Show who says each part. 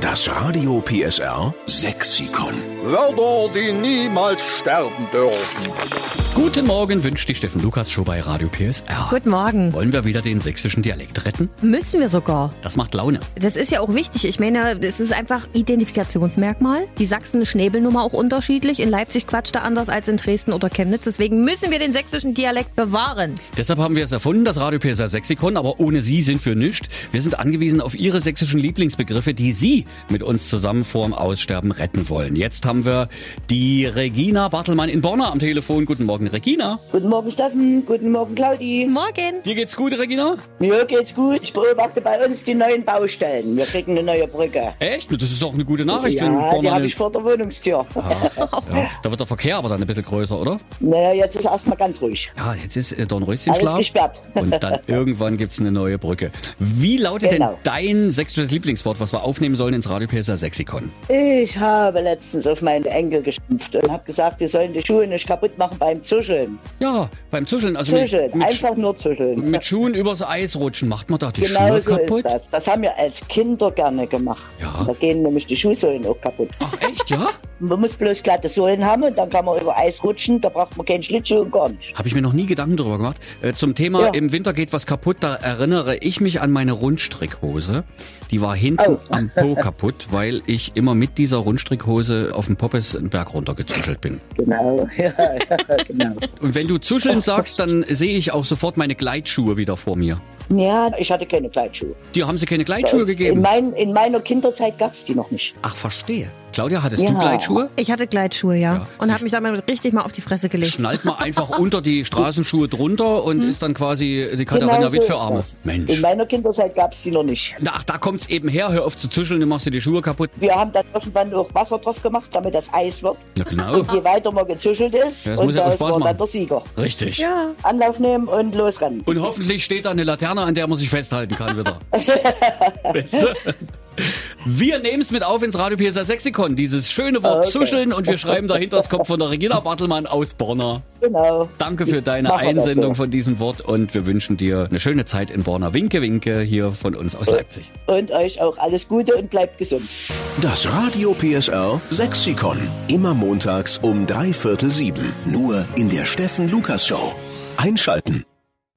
Speaker 1: Das Radio PSR Sexikon.
Speaker 2: Wörter, die niemals sterben dürfen.
Speaker 3: Guten Morgen wünscht die Steffen Lukas Show bei Radio PSR.
Speaker 4: Guten Morgen.
Speaker 3: Wollen wir wieder den sächsischen Dialekt retten?
Speaker 4: Müssen wir sogar.
Speaker 3: Das macht Laune.
Speaker 4: Das ist ja auch wichtig. Ich meine, das ist einfach Identifikationsmerkmal. Die Sachsen Schnäbelnummer auch unterschiedlich. In Leipzig quatscht er anders als in Dresden oder Chemnitz. Deswegen müssen wir den sächsischen Dialekt bewahren.
Speaker 3: Deshalb haben wir es erfunden, das Radio PSR Sexikon, aber ohne Sie sind wir nischt. Wir sind angewiesen auf Ihre sächsischen Lieblingsbegriffe, die Sie mit uns zusammen vorm Aussterben retten wollen. Jetzt haben wir die Regina Bartelmann in Bonner am Telefon. Guten Morgen, Regina.
Speaker 5: Guten Morgen, Steffen. Guten Morgen, Claudi.
Speaker 4: Morgen.
Speaker 3: Dir geht's gut, Regina?
Speaker 5: Mir geht's gut. Ich beobachte bei uns die neuen Baustellen. Wir kriegen eine neue Brücke.
Speaker 3: Echt? Das ist doch eine gute Nachricht, wenn
Speaker 5: ja, die
Speaker 3: Bonner...
Speaker 5: habe ich vor der Wohnungstür.
Speaker 3: Ah. ja, da wird der Verkehr aber dann ein bisschen größer, oder?
Speaker 5: Naja, jetzt ist erstmal ganz ruhig.
Speaker 3: Ja, jetzt ist äh,
Speaker 5: Alles
Speaker 3: Dornröschenschlaf.
Speaker 5: gesperrt.
Speaker 3: Und dann irgendwann gibt's eine neue Brücke. Wie lautet
Speaker 5: Genau.
Speaker 3: denn dein sächsisches Lieblingswort, was wir aufnehmen sollen ins Radio PSA Sexikon?
Speaker 5: Ich habe letztens auf meine Enkel geschimpft und habe gesagt, die sollen die Schuhe nicht kaputt machen beim Zuscheln.
Speaker 3: Ja, beim Zuscheln, also mit,
Speaker 5: Zuscheln,
Speaker 3: mit, Sch-
Speaker 5: einfach nur zuscheln.
Speaker 3: mit Schuhen übers Eis rutschen, macht man da die
Speaker 5: Genau
Speaker 3: Schuhe
Speaker 5: so
Speaker 3: kaputt?
Speaker 5: ist das. Das haben wir als Kinder gerne gemacht.
Speaker 3: Ja.
Speaker 5: Da gehen nämlich die Schuhsohlen auch kaputt.
Speaker 3: Ach echt, ja?
Speaker 5: Man muss bloß glatte Sohlen haben und dann kann man über Eis rutschen. Da braucht man keinen Schlittschuh und gar nicht.
Speaker 3: Habe ich mir noch nie Gedanken darüber gemacht. Äh, zum Thema
Speaker 5: Ja.
Speaker 3: im Winter geht was kaputt, da erinnere ich mich an meine Rundstrickhose. Die war hinten
Speaker 5: Oh.
Speaker 3: am Po kaputt, weil ich immer mit dieser Rundstrickhose auf dem Poppes einen Berg runtergezuschelt bin.
Speaker 5: Genau. Ja, ja, genau.
Speaker 3: Und wenn du zuscheln
Speaker 5: Oh.
Speaker 3: sagst, dann sehe ich auch sofort meine Gleitschuhe wieder vor mir.
Speaker 5: Ja, ich hatte keine Kleitschuhe.
Speaker 3: Dir haben sie keine Gleitschuhe
Speaker 5: In,
Speaker 3: gegeben.
Speaker 5: mein, in meiner Kinderzeit gab es die noch nicht.
Speaker 3: Ach, verstehe. Claudia, hattest du
Speaker 5: Ja.
Speaker 3: Gleitschuhe?
Speaker 4: Ich hatte Gleitschuhe, ja.
Speaker 3: Ja.
Speaker 4: Und habe mich damit richtig mal auf die Fresse gelegt.
Speaker 3: Schnallt man einfach unter die Straßenschuhe drunter und ist dann quasi die Katharina
Speaker 5: Hm. Genau so
Speaker 3: Witt für
Speaker 5: ist
Speaker 3: Arme.
Speaker 5: das. In
Speaker 3: Mensch.
Speaker 5: meiner Kinderzeit gab es die noch nicht.
Speaker 3: Na, Ach, da kommt's eben her. Hör auf zu zuscheln, dann machst du die Schuhe kaputt.
Speaker 5: Wir haben dann irgendwann auch Wasser drauf gemacht, damit das Eis wird.
Speaker 3: Ja, genau.
Speaker 5: Je weiter man gezuschelt ist,
Speaker 3: Ja, das muss
Speaker 5: und
Speaker 3: ja auch
Speaker 5: das
Speaker 3: Spaß
Speaker 5: war
Speaker 3: machen.
Speaker 5: dann der Sieger.
Speaker 3: Richtig.
Speaker 4: Ja.
Speaker 5: Anlauf nehmen und losrennen.
Speaker 3: Und hoffentlich steht da eine Laterne, an der man sich festhalten kann wieder. Weißt du? Wir nehmen es mit auf ins Radio PSA Sexikon, dieses schöne Wort
Speaker 5: Okay.
Speaker 3: Zuscheln und wir schreiben dahinter, es kommt von der Regina Bartelmann aus Borna.
Speaker 5: Genau.
Speaker 3: Danke für deine
Speaker 5: Machen wir das
Speaker 3: Einsendung
Speaker 5: so.
Speaker 3: von diesem Wort und wir wünschen dir eine schöne Zeit in Borna. Winke, winke hier von uns aus Leipzig.
Speaker 5: Und euch auch alles Gute und bleibt gesund.
Speaker 1: Das Radio PSR Sexikon. Immer montags um drei Viertel sieben. Nur in der Steffen Lukas Show. Einschalten.